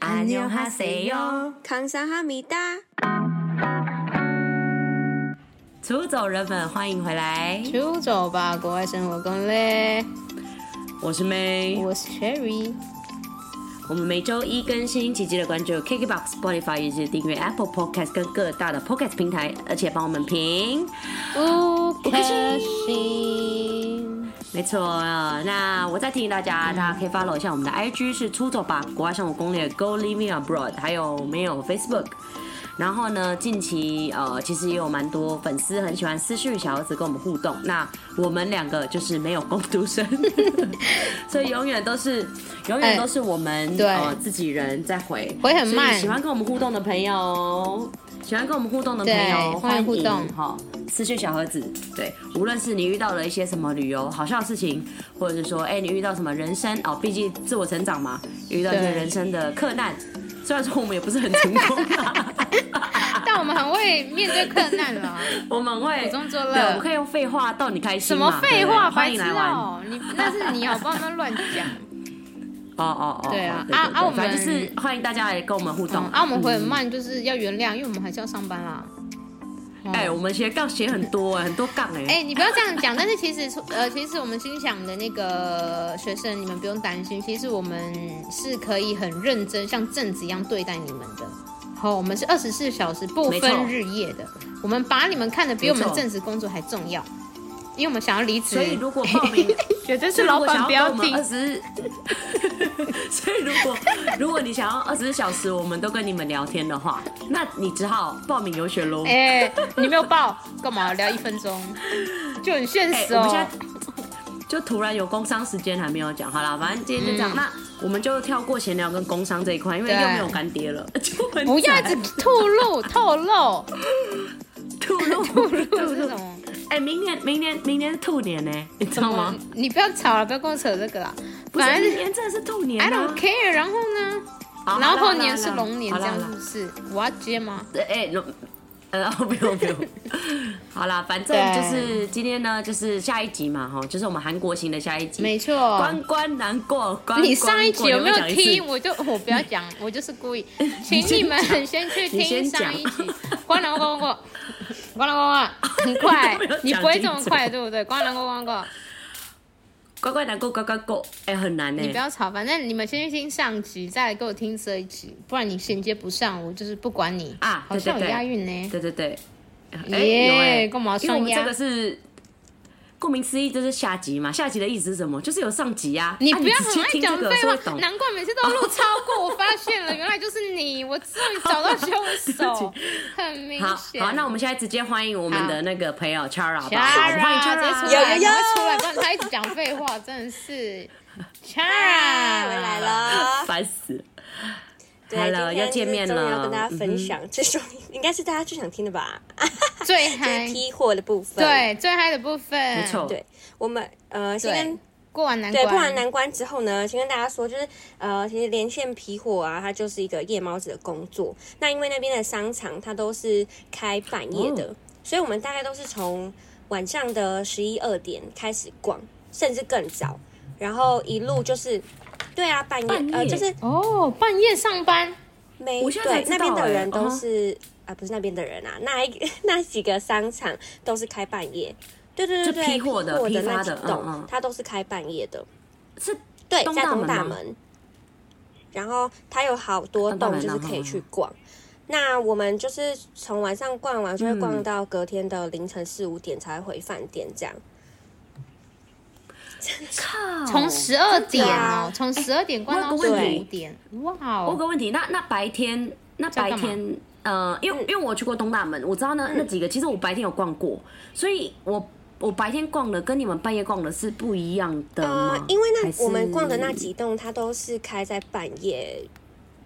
안녕하세요 康萨哈米达，出走人们，欢迎回来，出走吧，国外生活攻略。我是 May。我是 Cherry，我们每周一更新，请记得关注 KKBOX、Spotify，以及订阅 Apple Podcast 跟各大的 Podcast 平台，而且帮我们评。不开开心。没错，那我再提醒大家，大家可以 follow 一下我们的 IG 是出走吧国外生活攻略 Go Living Abroad，还有没有 Facebook？然后呢，近期呃，其实也有蛮多粉丝很喜欢私讯小儿子跟我们互动。那我们两个就是没有攻读生， 所以永远都是永远都是我们、对呃自己人在回，回哎很慢所以喜欢跟我们互动的朋友哦，喜欢跟我们互动的朋对友，欢迎互动哈，私讯小盒子。对，无论是你遇到了一些什么旅游好笑的事情，或者是说，哎、你遇到什么人生哦，毕竟自我成长嘛，遇到一些对人生的困难，虽然说我们也不是很成功、啊。 但我们很会面对困难了，我们会苦中作乐对，我们可以用废话逗你开什心嘛。么废对不对话，白欢痴迎来玩。哦哦！你那是你好，不要乱 讲。哦哦，对啊对对啊啊对我们反正就是欢迎大家来跟我们互动嗯。啊，我们回很慢，就是要原谅，因为我们还是要上班啦。哦哎、我们斜杠斜很多哎、很多杠哎、哎、你不要这样讲。但是其实，呃，其实我们心想的那个学生，你们不用担心。其实我们是可以很认真，像正子一样对待你们的。好、我们是二十四小时不没错分日夜的，我们把你们看得比我没们错正职工作还重要，因为我们想要离职。所以如果 报名，绝对所是以如老果板想不要要跟我们听二。十， 所以如果如果你想要二十四小时我们都跟你们聊天的话，那你只好报名游学喽。哎、哎、你没有报，干嘛聊一分钟？就很现实哎我哦们。现在就突然有工商时间还没有讲，好啦，反正今天就这样。嗯那我们就跳过闲聊跟工商这一块，因为对又没有干爹了， 就很不要一惨直透露透露 吐露透露是什么？哎、明年明年明年是兔年呢、你知道吗？嗯你不要吵了，不要跟我扯这个啦。不是反正明年真的是兔年、啊。 I don't care，然后呢？好然后好啦后年好是啦龙年，好这啦样好啦是不是？我要接吗？哎、那呃， 不用不 用，好啦，反正就是今天呢，就是下一集嘛，哈，就是我们韩国行的下一集。没错。关关难过，关你上一集有没有？听？关过我就我不 要讲，我就是故意，请你们先去你先听讲上一集。关了关 关过，关了关过，很你快都 没有，你讲不会清这么楚快，对不对？关了关关过， 关关难过，关关过，哎、很难呢、你不要吵，反正你们先去听上集，再来给我听这一集，不然你衔接不上，我就是不管你啊好对像有对对押韵呢。对对对，哎、耶有哎、干嘛因为我们双压这个是。顾名思义，就是下集嘛。下集的意思是什么？就是有上集啊。你啊不要仔很细爱听讲这个废是会话，懂。难怪每次都录超过。我发现了，原来就是你，我终于找到凶手，很明好显。好，那我们现在直接欢迎我们的那个朋友 Chara 吧。 Chara，我们欢迎直 Chara。接出来，有有有赶快出来，不然他一直讲废话，真的是。Chara 回 来，了，烦死了。对 Hello，今天要见面终于要了，嗯跟大家分享这种 应该是大家最想听的吧，最就是嗨，批货的部分。，哎对最嗨的部分，没错，对我们呃先跟过完难对关，过完难关之后呢，先跟大家说，就是呃，其实连线皮火啊，它就是一个夜猫子的工作。那因为那边的商场它都是开半夜的，哦所以我们大概都是从晚上的十一二点开始逛，甚至更早，然后一路就是。对啊，半夜半夜呃，就是哦，半夜上班，没我现在才对知道那边的欸人嗯都哼是啊、不是那边的人啊，那一那几个 商场都是开半夜。对对对就对，批货的批货批的发那几的嗯栋，嗯它都是开半夜的。是对，东在大东门大吗门。然后它有好多东大栋，门啊嗯就是然后可以呢去逛。那我们就是从晚上逛完，就会嗯逛到隔天的凌晨四五点才回饭店，这样。靠。从十二点真哦的啊，从十二点关到我四有个问五题点，哇我有哦，个问题，那那白天那白在干天呃，因为因为我去过东大门，我知道嗯那那几个，其实我白天有逛过，所以我我白天逛的跟你们半夜逛的是不一样的呃吗？，因为还那是我们逛的那几栋，它都是开在半夜。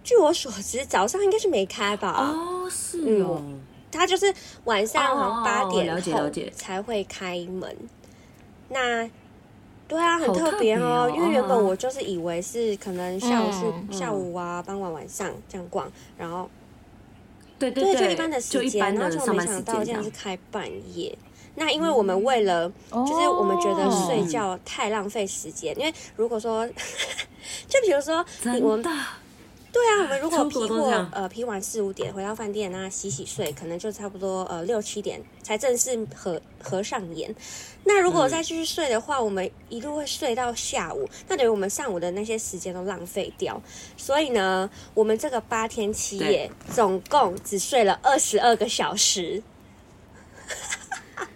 据我所知，早上应该是没开吧？哦是哦，它就是晚上哦好像八哦点了解了后解才会开门。那对啊，很好特特别哦，别哦因为原嗯本我就是以为是可能下午是、嗯下午啊、傍晚晚上这样逛，然后对对对，对，就一般的就时一间，般然后的就上没班时间想到这竟然是样。嗯开半夜。那因为我们为了就是我们觉得哦睡觉太浪 费时间，因为如果说，就比如说你真我们的，对啊，我们如果出批国都这货样呃批完四五点回到饭店啊洗洗睡，可能就差不多呃六七点才正式合合上眼。那如嗯果再继续睡的话，我们一路会睡到下午，那等于我们上午的那些时间都浪费掉。所以呢，我们这个八天七夜总共只睡了二十二个小时。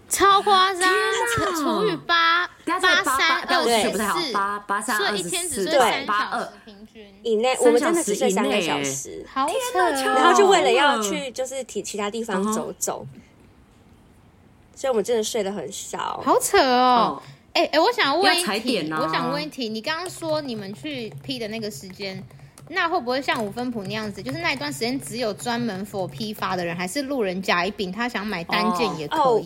超夸张天，哪除以八大家八三但二我对学十不太好，八八三所二以一十天只四睡对三八小时二，平均，以内，我们三真的只小时睡以三个内小欸时。好扯哪超哦，然后就为了要嗯去就是其其他地方嗯哼走走，所以我们真的睡得很少。好扯哦哦。，哎哎，我想问一要踩题点，啊我想问一题，你刚刚说你们去批的那个时间。那会不会像五分埔那样子，就是那一段时间只有专门 for 批发的人，还是路人甲乙丙他想买单件也可以？哦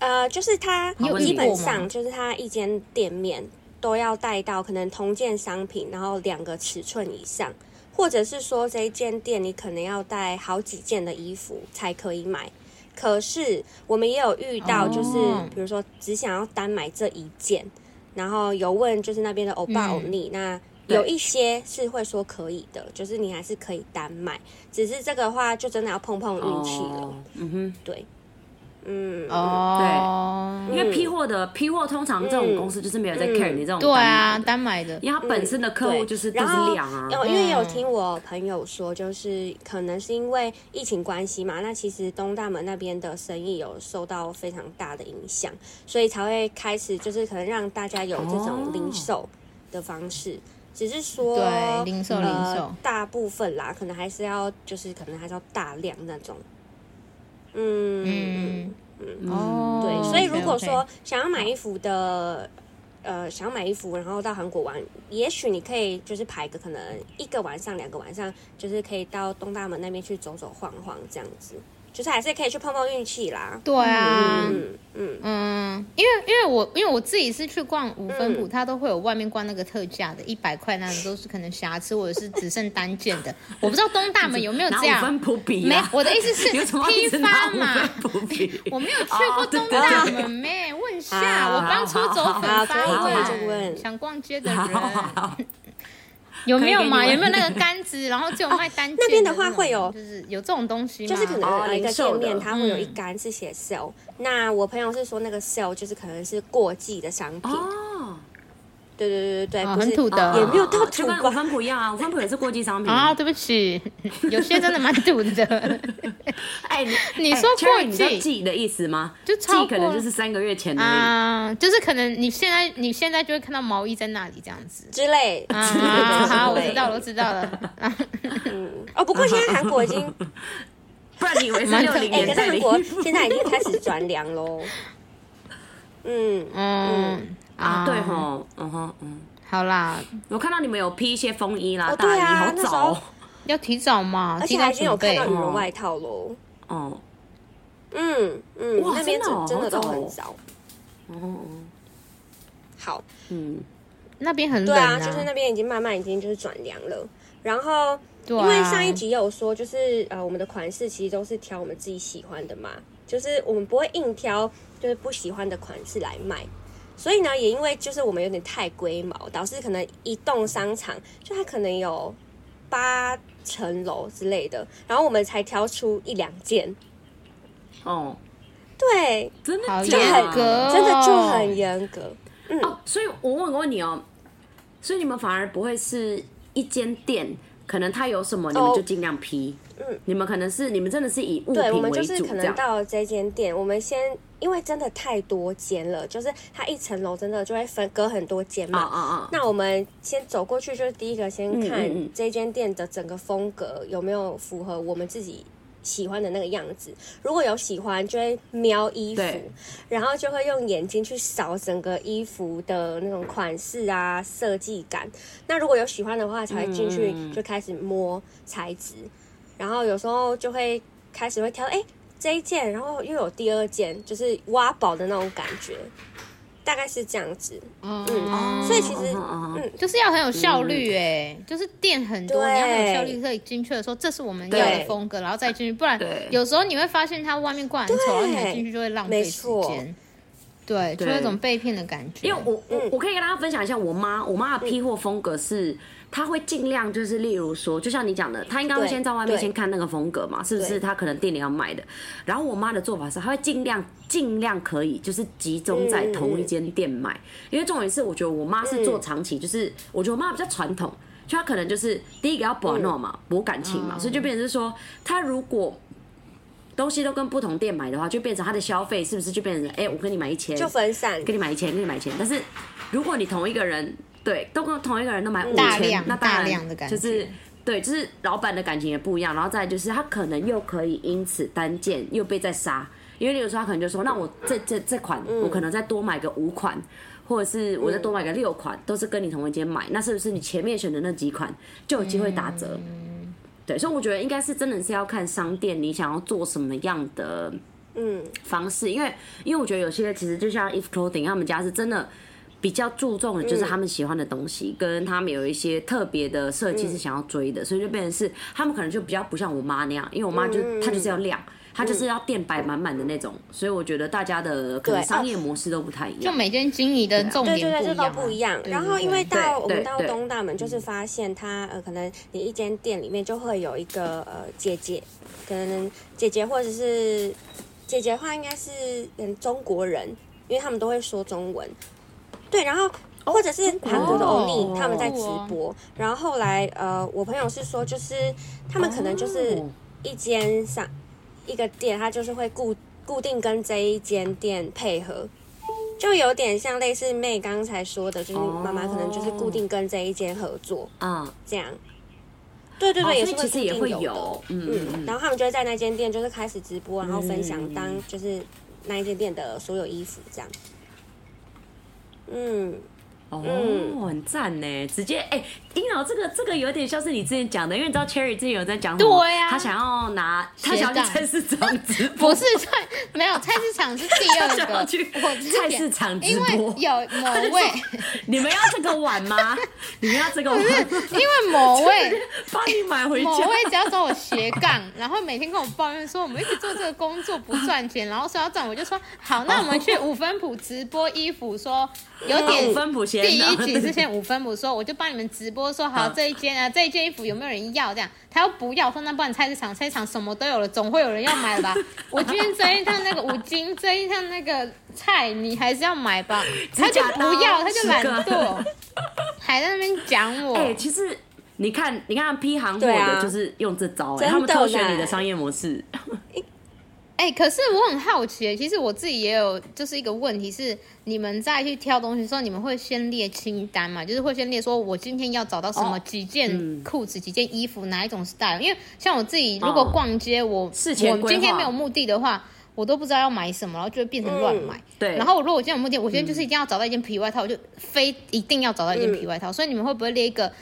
呃，就是它你有基遇本过吗上就是它一间店面都要带到可能同件商品，然后两个尺寸以上，或者是说这一间店你可能要带好几件的衣服才可以买。可是我们也有遇到，就是、哦比如说只想要单买这一件，然后有问就是那边的欧巴嗯欧尼，那对有一些是会说可以的，就是你还是可以单买，只是这个话就真的要碰碰运气了。哦，嗯哼。对，嗯，哦，因为批货的批货通常这种公司就是没有在 care 嗯你这种对啊，单单买的因为它本身的客户就是对都然是后量啊，哦，因为有嗯听我朋友说，就是可能是因为疫情关系嘛，那其实东大门那边的生意有受到非常大的影响，所以才会开始就是可能让大家有这哦种零售的方式。只是说，对零售零售呃，大部分啦，可能还是要，就是可能还是要大量那种，嗯嗯嗯嗯，哦对，所以如果 OK，OK 说想要买衣服的，呃，想要买衣服，然后到韩国玩，也许你可以就是排个可能一个晚上、两个晚上，就是可以到东大门那边去走走晃晃这样子，就是还是可以去碰碰运气啦。对啊，嗯嗯，嗯，因为因为我因为我自己是去逛五分埔，嗯它都会有外面逛那个特价的，一百块那种都是可能瑕疵或者是只剩单件的，我不知道东大门有没有拿这五样分。普比没啊，， 我的意思是有什么批意思拿发五嘛分，普比？ 我没有去哦过对东对大对 门妹，问一下，好我帮出走粉好可以发可以就问问，想逛街的人好好有没有嘛？可以给有你没有问那个杆子，然后只有卖单件那边的那话种会有就是有这种东西吗？就是可能哦呃一零个售店面的它会有一杆是写 sale，、那我朋友是说那个 sale 就是可能是过季的商品，哦，对对对对对，哦不是很土的也没有就到土跟五吧分。普一样啊，五分普也是国际商品啊，。对不起，有些真的蛮土的。哎，你你说哎，Cherry，过你知道季季的意思吗？就超季可能过就是三个月前而已。啊、就是可能你现在你现在就会看到毛衣在那里这样 子。之类啊，之类的好，我对知道了，我知道 了。啊嗯，哦，不过现在韩国已经不然你以为是六零哎、年可是代的韩国衣服？现在已经开始转凉喽。嗯，嗯啊，对，吼，嗯哼，嗯，好啦，我看到你们有批一些风衣啦、哦大对衣，啊好那时早候哦要提早嘛，而提且早还已经有准看备到。羽绒外套喽。哦，嗯嗯，哇那边真的哦真真的都很好早早。哦哦，好，嗯，那边很对冷啊，就是那边已经慢慢已经就是转凉了。然后，对啊因为上一集有说，就是呃，我们的款式其实都是挑我们自己喜欢的嘛，就是我们不会硬挑就是不喜欢的款式来卖。所以呢，也因为就是我们有点太龟毛，导致可能一栋商场就它可能有八层楼之类的，然后我们才挑出一两件，哦，对，真的好假的严格哦真的就很严格。嗯，哦，所以我问过你哦，所以你们反而不会是一间店，可能它有什么你们哦就尽量批，嗯，你们可能是你们真的是以物对，我品们就为是主可这能样，到了这间店，我们先，因为真的太多间了，就是它一层楼真的就会分隔很多间啊嘛。啊啊，那我们先走过去，就是第一个先嗯看嗯嗯这间店的整个风格有没有符合我们自己喜欢的那个样子。如果有喜欢，就会瞄衣服对，然后就会用眼睛去扫整个衣服的那种款式啊、设计感。那如果有喜欢的话，才会进去嗯嗯嗯就开始摸材质，然后有时候就会开始会挑，哎、这一件，然后又有第二件，就是挖宝的那种感觉，大概是这样子。嗯，所以其实，嗯嗯嗯嗯，就是要很有效率哎、就是店很多，对你要很有效率可以进去的时候，这是我们要的风格，然后再进去，不然对有时候你会发现它外面挂很丑，然后你还进去就会浪费时没错间。对，就对有一种被骗的感觉。因为我我我可以跟大家分享一下我妈，我妈的批货风格是，她会尽量就是，例如说，就像你讲的，她应该会对先在外面对先看那个风格嘛，是不是？对她可能店里要卖的。然后我妈的做法是，她会尽量尽量可以就是集中在嗯嗯同一间店买，因为重点是我觉得我妈是做长期，就是我觉得我妈比较传统，就她可能就是第一个要博诺嘛，博感情嘛，所以就变成是说，她如果。东西都跟不同店买的话，就变成她的消费是不是就变成哎、我跟你买一千，就分散，给你买一千，给你买一千。但是如果你同一个人，对，都跟同一个人都买五嗯大千量，那当然大量的感觉就是对，就是老板的感情也不一样。然后再来就是他可能又可以因此单件又被再杀，因为例如说他可能就说，那我这这这款、嗯我可能再多买个五款。或者是我再多买个六款，都是跟你同一间买，那是不是你前面选的那几款就有机会打折？嗯对，所以我觉得应该是真的是要看商店你想要做什么样的嗯，方式，因为因为我觉得有些其实就像 If Clothing 他们家是真的比较注重的嗯就是他们喜欢的东西，跟他们有一些特别的设计嗯是想要追的，所以就变成是他们可能就比较不像我妈那样，因为我妈就嗯嗯嗯嗯她就是要量，她就是要店摆满满的那种，所以我觉得大家的可能对啊商业模式都不太一就样。每间经营的啊重对点对对，不这一都样、啊不一样。对然后因为对到我对们到对东大门，就是发现它呃，可能你一间店里面就会有一个呃姐姐，可能姐姐或者是姐姐的话，应该是嗯中国人，因为他们都会说中文。对，然后或者是国人韩国的欧哦尼他们在直播，然后后来呃，我朋友是说，就是他们可能就是哦一间上一个店，它就是会固固定跟这一间店配合，就有点像类似妹刚才说的，就是哦妈妈可能就是固定跟这一间合作啊，这样。对对对，哦也所是以其实也固会定有有的，嗯嗯嗯，嗯然后他们就会在那间店就是开始直播，然后分享嗯当就是那一间店的所有衣服这样。嗯，哦，嗯很赞呢！直接哎，樱、桃这个这个有点像是你之前讲的，因为你知道 Cherry 之前有在讲什么，对啊他想要拿，他想要去斜杠菜市场直播，不是菜，没有菜市场是第 他二想要个去，我之前菜市场直因为播。有 某位，你们要这个碗 吗？你们要这个碗？因为某位。 帮你买回哎某家。位只要找我斜杠，然后每天跟我抱怨说我们一直做这个工作不赚钱，然后说要赚，我就说好，那我们去五分埔直播衣服，说有点五嗯哦分谱先第一的集之前五分埔说我就帮你们直播说好嗯这一件啊这一件衣服有没有人要这样，他要不要我说那不然菜市场菜市场什么都有了，总会有人要买 吧。我今天这一趟那个五金，这一趟那个菜你还是要 买吧，他就指甲刀不要，他就懒十惰个，还在那边讲 我。哎、其实你看，你看批行货对的啊就是用这招、哎、真的他们偷学你的呢商业模式。哎、可是我很好奇欸耶，其实我自己也有就是一个问题是，你们在去挑东西的时候，你们会先列清单嘛？就是会先列说，我今天要找到什么哦几件嗯裤子、几件衣服、哪一种 style？因为像我自己，如果哦逛街，我事前我规今天划没有目的的话。我都不知道要买什么，然后就会变成乱买。嗯对嗯然后如果我今天有目的，我今天就是一定要找到一件皮外套，我就非一定要找到一件皮外套。所以你们会不会列一个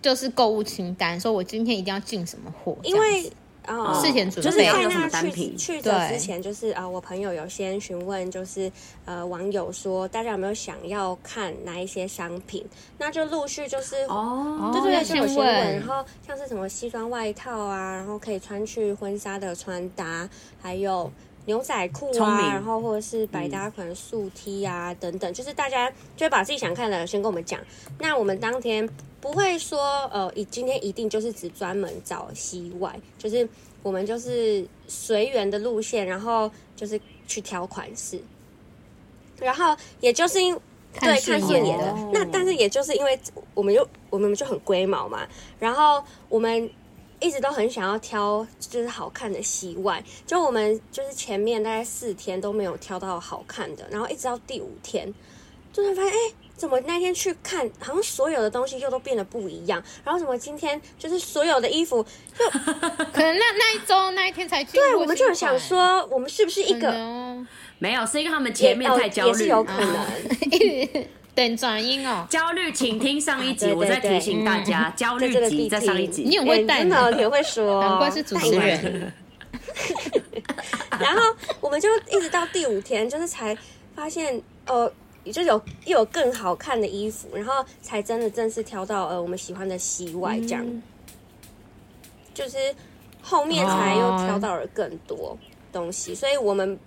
就是购物清单，说我今天一定要进什么货？这因样为子哦，事前准就是备看在有什么那单去品。去对走之前，就是啊、呃我朋友有先询问，就是呃，网友说大家有没有想要看哪一些商品？那就陆续就是，哦，对哦对要对，就有先询问。问然后像是什么西装外套啊，然后可以穿去婚纱的穿搭，还有牛仔裤聪啊，明然后或者是百搭款素 T 啊、等等，就是大家就会把自己想看的先跟我们讲。那我们当天不会说呃，以今天一定就是只专门找西外，就是我们就是随缘的路线，然后就是去挑款式，然后也就是因。对，看顺顺眼眼的的哦。那但是也就是因为我们就我们就很龟毛嘛，然后我们一直都很想要挑就是好看的西外，就我们就是前面大概四天都没有挑到好看的，然后一直到第五天，突然发现哎。怎么那天去看，好像所有的东西又都变得不一样，然后怎么今天就是所有的衣服，可能那那一周那一天才进货对，新款，我们就很想说，我们是不是一可个能哦，没有，是因为他们也前面哦太焦也是虑，嗯有可能，等转音哦。焦虑，请听上一集， 对对我在提醒大家，焦这虑这个集地在上一你集。很会哎你带真呢的也会说，难怪是主持人， 然后我们就一直到第五天，就是才发现，呃，就有又有更好看的衣服，然后才真的正式挑到呃我们喜欢的西外这样，嗯就是后面才又挑到了更多东西，所以我们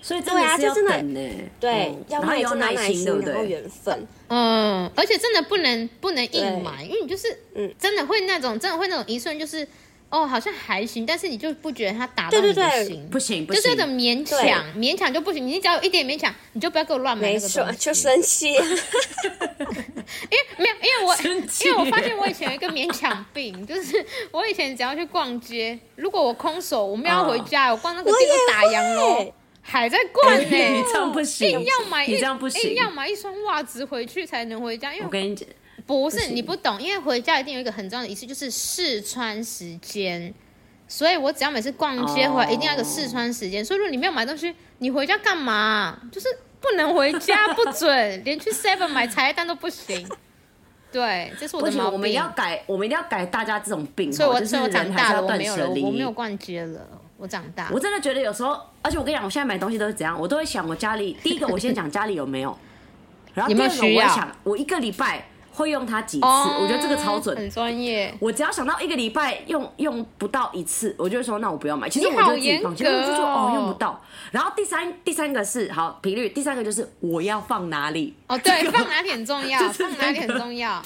所以真的是对要啊这真的等呢、对，哦嗯要然后么也你要真的耐要耐对不然后对？缘分。嗯，而且真的不能不能硬买，因为你就是嗯真的会那种真的会那种一瞬就是哦好像还行，但是你就不觉得它打到对你对的对心，不行不就是有行，点勉强，勉强就不行。你只要有一点勉强，你就不要给我乱买没那个错东，西。 就生气啊，因为没有，因为我生气因为我发现我以前有一个勉强病， 就是我以前只要去逛街，如果我空手，我们要回家，啊我逛那个我店也就打烊喽会，还在逛呢、 你这样不行，硬要欸哦买一，哎你这样不行硬。要买一双袜子回去才能回家，因我为跟你讲，不不是行你不懂，因为回家一定有一个很重要的仪式，就是试穿时间。所以我只要每次逛街回来，哦一定要有一个试穿时间。所以如果你没有买东西，你回家干嘛、 就是不能回家，不准，连去 Seven 买茶叶蛋都不行。对，这是我不的行，毛我们要病。改，我们一定要改大家这种病哦，所以我，就是所以我人长还大是了，要我断没有舍了，离。我没有逛街了，我长大我。真的觉得有时候，而且我跟你讲，我现在买东西都是怎样，我都会想我家里，第一个我先讲家里有没有， 然后有第没二有个我需会要想我一个礼拜会用它几次，哦，我觉得这个超准。很专业。我只要想到一个礼拜用用不到一次，我就会说那我不要买。其实你我好就会自己放弃，严我格就说哦哦用不到。然后第三第三个是好频率，第三个就是我要放哪里，哦，对，放哪里很 重要，是放哪里那很个重要。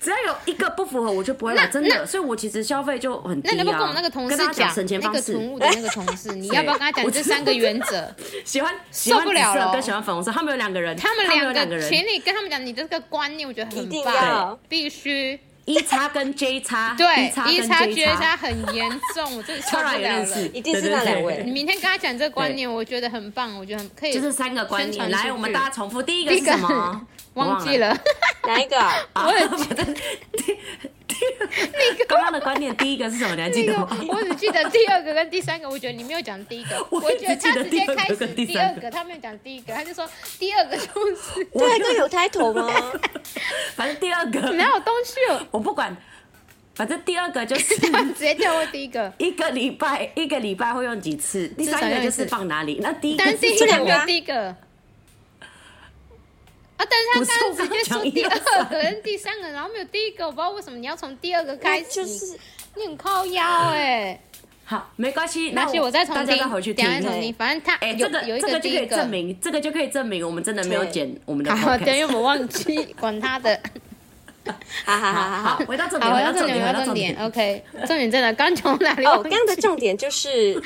只要有一个不符合我就不会买，那真的。所以我其实消费就很低啊。那你要不要跟我们那个同事跟他讲省钱，那方个式，囤物的那个同 事，你要不要跟他我讲这知道三个原则？喜欢喜欢受不紫了色了跟喜欢粉红色，他们有两个人，他们有两两个个，人，请你跟他们讲你的这个观念，我觉得一很定棒要，必须。一叉跟 J 叉， 对一叉，一跟差 J J 差很严 重，我真的受不当然也了认了。识，一定是那两位对你对明天跟他讲这个观念，我觉得很棒，我觉得很可以。对就是三个观念。宣传出去来，我们大家重复，第一个第是一个什么？我 忘记了，哪一个啊？ 忘 了，我刚刚的观念，第一个是什么？你还记得那吗？个我只记得第二个跟第三个，我觉得你没有讲第一个， 我我也觉得只记得他直第二个接开始跟第第三二个个，他没有讲第一个，他就说第二 个就是，我对，啊这有 title 吗？反正第二哪个有东西哦？我不管，反正第二个就是嗯直接跳过第一个。一个礼拜一个礼拜会用几次，第三至少个用就一是次放哪里？那第一个但是是第一这个两没个有啊第一个啊，但是他刚刚直接说第二个跟第三个，然后没有第一个，我不知道为什么你要从第二个 开始，哎就是你很靠腰哎、好，没关系，那那些我再重大听，家再回去听等。一下再重听，反正他哎，有、这个有一这个第就可以一证 明，这个就可以证明我们真的没有剪我们的好，对，因 podcast。为我忘记管他的。哈哈好哈好，哈哈。回到重点，好，回到重重点，回到回到重重点。点。 OK，重点在哪？刚从哪里？哦，刚刚的重 点就是，不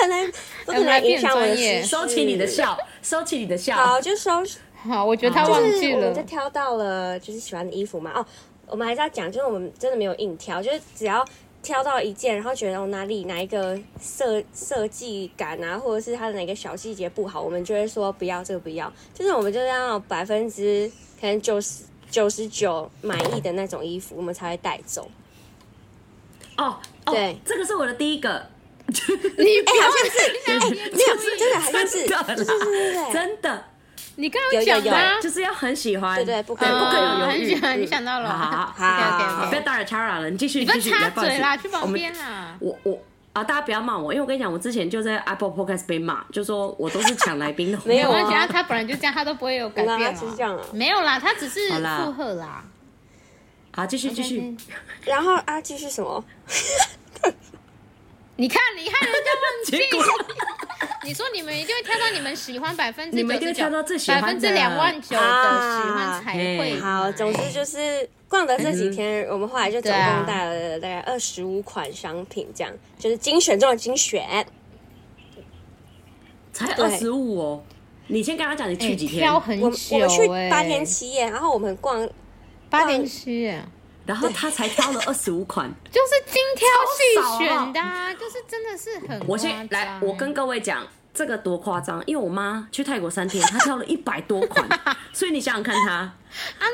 可能，不可哎我们还能影响我变的专业时事收起你的。笑，收起你的笑好，。就收好，我觉得他好忘就记是我了们就。挑到了就是喜欢的衣服嘛。哦，我们还是要讲，就是我们真的没有硬挑，就是只要挑到一件，然后觉得哦哪里哪一个设设计感啊，或者是它的哪个小细节不好，我们就会说不要这个不要。就是我们就是要百分之可能九十九十九满意的那种衣服，我们才会带走。哦，哦对这个是我的第一个，你不哎、要好像是，这样哎、编没有出一，真的好像是，真的啦对对对对对，真的 你刚有刚有讲的啊有，就是要很喜欢，对对不可以不可以嗯有很犹豫喜。欢，你想到了。好好好 OK，OK，OK 不要打扰 Chara 了，你继续，你不要继续插来不好意思嘴啦，去我旁们边啦。我我啊，大家不要骂我，因为我跟你讲，我之前就在 Apple Podcast 被骂，就说我都是抢来宾的话。 没有我啊就觉得他本来就这样，他都不会有改啦变就是了这。样啊。没有啦，他只是好啦附和啦。好，继续继续。然后啊，继续什么？你看，你看人家忘结记果。 你说你们一定会挑到你们喜欢百分之你们一九定十会九挑到最，喜欢百的分之两万九的喜欢才会啊好，总之就是逛的这几天，我们后来就总对啊共带了大概二十五款商品，这样就是精选中的精选。才对二十五哦，你先跟他讲你去哎几天挑，很我们久我们去哎八天七夜，然后我们逛，八点七，哎 然后他才挑了二十五款。就是精挑超细少啊选的啊，就是真的是很我夸先张来，我跟各位讲这个多夸张，因为我妈去泰国三天，她挑了一百多款， 所以你想想看她，啊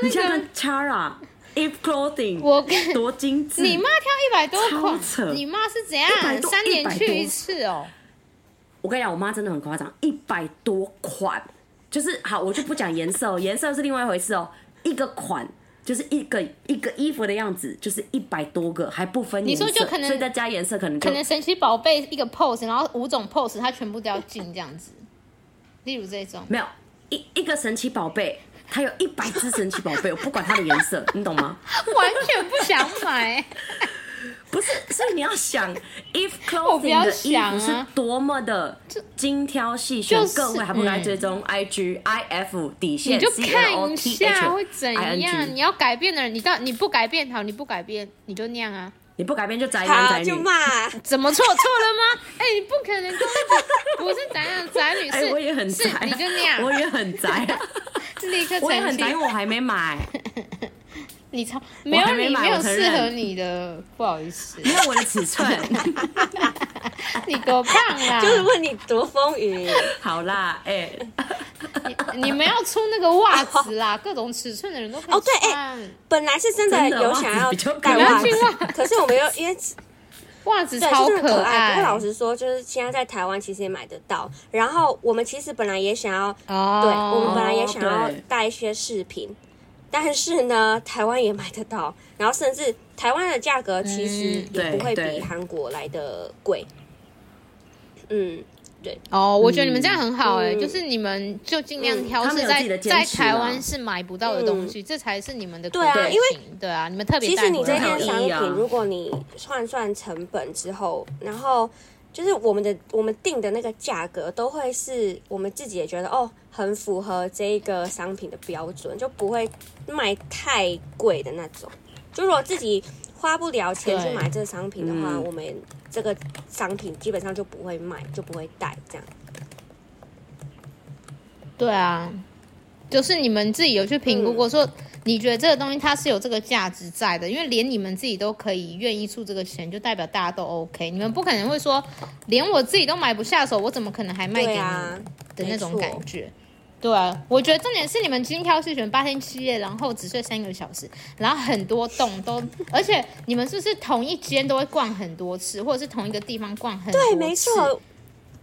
你那想想个看 Chara If Clothing，我跟多精致，你妈挑一百多超扯款，你妈是怎样100多三100年多去一次哦？我跟你讲，我妈真的很夸张，一百多款，就是好，我就不讲颜色哦，颜色是另外一回事哦，一个款。就是一个一个衣服的样子，就是一百多个，还不分颜色，你说就可能所以再加颜色，可能就可能神奇宝贝一个 pose，然后五种 pose 它全部都要进这样子，例如这种。没有一一个神奇宝贝，它有一百只神奇宝贝，我不管它的颜色，你懂吗？ 完全不想买， 不是，所以你要想，if 我不 clothing 要的衣想啊服是多么的精挑细选，就是嗯各位还不该追踪 IG、IF 底线你就 C L 看 O 一哦 T 下 H 会怎 I N 样。 G，你要改变的人，你到你不改变好，你不改变你就那样啊。你不改变就宅男好宅就女。骂，怎么错错了吗？ 哎、你不可能跟我讲不是宅男宅女，哎、是我也很宅、是啊，你就那 样，我也很宅、 啊，是立刻我也很澄宅，因清。为我还没买。你超没我还有没你买没有我承适认合你的，不好意思，没有我的尺寸。你多胖啊啦！就是问你多风雨。 好啦，哎、你你们要出那个袜子啦，各种尺寸的人都可以哦对哎穿本来是真的真的有想袜子要比较可带爱袜子你要去，可是我们又因为袜子对，超就是可爱。不过老实说，就是现在在台湾其实也买得到。然后我们其实本来也想要，哦，对我们本来也想哦要对带一些饰品，但是呢，台湾也买得到。然后甚至台湾的价格其实嗯也对不会对比韩国来的贵。嗯，哦，我觉得你们这样很好哎、嗯就是你们就尽量嗯挑他是们有在、自己的坚在持台啦湾是买不到的东西，这才是你们的对啊口袋因为型对啊，你们特别其实带你回这来很有件商意义啊品，如果你换算成本之后，然后就是我们的我们定的那个价格，都会是我们自己也觉得哦，很符合这一个商品的标准，就不会卖太贵的那种。就如果自己花不了钱去对买这个商品的话，嗯我们这个商品基本上就不会卖，就不会带这样。对啊，就是你们自己有去评嗯估过，说你觉得这个东西它是有这个价值在的，因为连你们自己都可以愿意出这个钱，就代表大家都 OK。你们不可能会说，连我自己都买不下手，我怎么可能还卖给对你啊们，的那种没错感觉？对啊，我觉得重点是你们精挑细选，八天七夜，然后只睡三个小时，然后很多栋都，而且你们是不是同一间都会逛很多次，或者是同一个地方逛很多次？对，没错，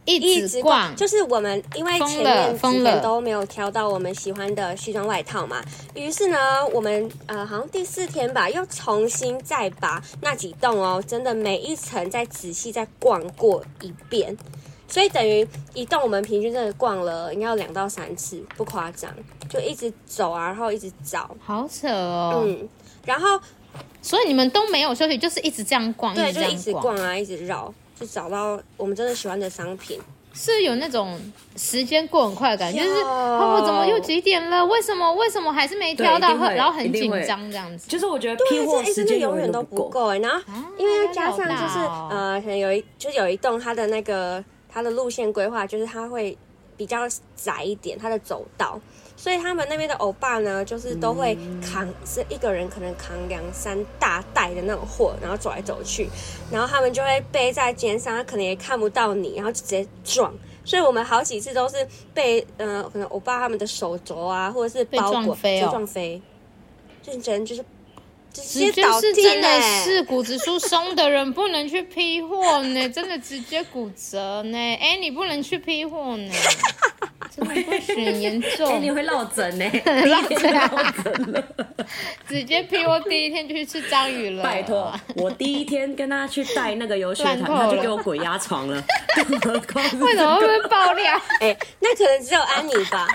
一一直直逛逛，，就是我们因为前疯面了几疯了天都没有挑到我们喜欢的西装外套嘛，于是呢，我们呃好像第四天吧，又重新再把那几栋哦，真的每一层再仔细再逛过一遍，所以等于一栋我们平均真的逛了应该有两到三次，不夸张，就一直走啊，然后一直找，好扯哦。嗯，然后所以你们都没有休息，就是一直这样逛，对，直就这一直样逛啊，一直绕，就找到我们真的喜欢的商品。是有那种时间过很快的感觉，有就是哦，怎么又几点了？为什么为什么还是没挑到？对一定会然后很一紧定会张这样子。就是我觉得批对，货这哎时真间的永远都都不不够。够哎、然后啊因为又加上压力就好是、大哦呃，可能有一就是有一栋它的那个它的路线规划，就是它会比较窄一点，它的走道，所以他们那边的欧巴呢，就是都会嗯扛、是一个人可能扛两三大袋的那种货，然后走来走去，然后他们就会背在肩上，他可能也看不到你，然后就直接撞。所以我们好几次都是被呃，可能欧巴他们的手肘啊，或者是被包撞裹飞就哦撞飞，认真就是直直接接倒是地真的嘞是骨质疏松的人不能去批货呢，真的直接骨折呢。哎，你不能去批货呢，真的不行，严哎、你重。会落枕呢、落你枕啊落枕欸了。直接批货第一天就去吃章鱼了，拜托，我第一天跟他去带那个游学团，哎烂透了他就给我鬼压床 了，更何况是为什么会被 爆料？哎、那可能只有安妮吧。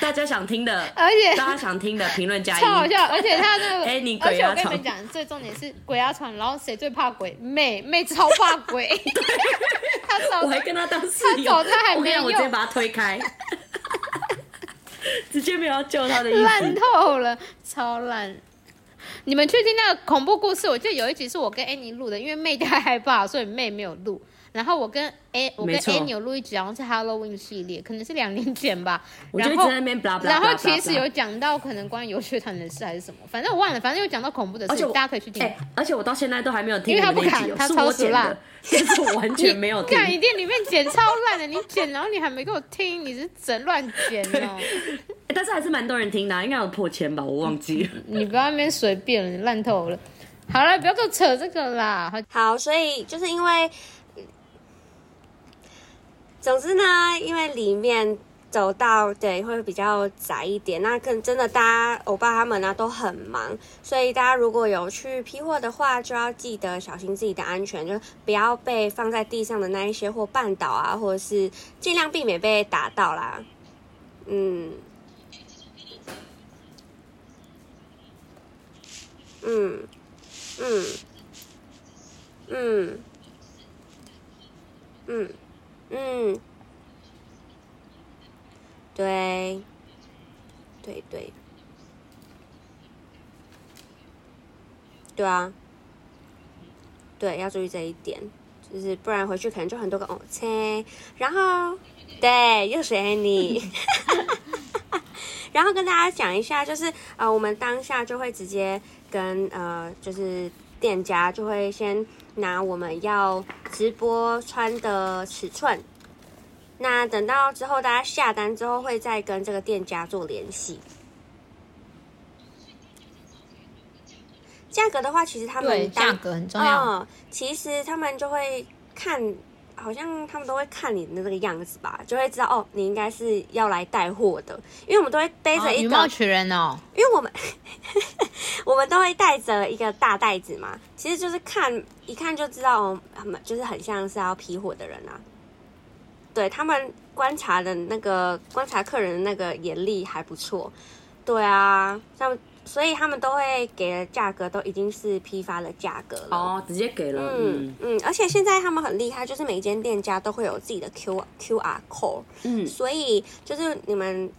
大家想听的，而且大家想听的评论加一。超好笑，而且他那个，哎你而鬼且压我跟你床们讲，最重点是鬼压床，然后谁最怕鬼？妹妹超怕鬼， 他我找还跟他当室友，他走他还我跟你讲，没我用直接把他推 开，直接没有要救他的意烂思。透了，超烂。你们去听那个恐怖故事，我记得有一集是我跟 Annie 录的，因为妹太害怕，所以妹没有录。然后我跟 A，我跟没错 Annie 有录一集，好像是 Halloween 系列，可能是两年前吧。我就一然直后在那边 blah blah blah blah blah 然后其实有讲到可能关于游学团的事还是什么，反正我忘了，反正有讲到恐怖的而且事我，大家可以去听。哎、而且我到现在都还没有听因为他你们那一集不哦，敢是他超我熟剪辣的，但是我完全没有听。干一定里面剪超烂的，你剪然后你还没给我听，你是整乱剪哦！欸但是还是蛮多人听的啊、应该有破千吧，我忘记了。你不要在那边随便了，你烂透了。好了，不要给我扯这个啦。好好，所以就是因为，总之呢，因为里面走道对会比较窄一点，那更真的大家欧巴他们呢、都很忙，所以大家如果有去批货的话，就要记得小心自己的安全，就是不要被放在地上的那一些货绊倒啊，或者是尽量避免被打到啦。嗯。嗯，嗯，嗯，嗯，嗯，对，对对，对啊，对，要注意这一点，就是不然回去可能就很多个哦切，然后对，又是 Annie。然后跟大家讲一下，就是呃，我们当下就会直接跟呃，就是店家就会先拿我们要直播穿的尺寸，那等到之后大家下单之后，会再跟这个店家做联系。价格的话，其实他对，们价当格很重要。嗯，其实他们就会看，好像他们都会看你的那个样子吧，就会知道哦，你应该是要来带货的，因为我们都会背着哦一以个，嗯貌取人哦，因为我们 我们都会带着一个大袋子嘛，其实就是看一看就知道，哦，他们就是很像是要批货的人啊。对他们观察的那个观察客人的那个眼力还不错，对啊，他们所以他们都会给的价格都已经是批发的价格了。哦，直接给了，嗯嗯嗯，而且现在他们很厉害，就是每一间店家都会有自己的 Q Q R code，嗯，所以就是你们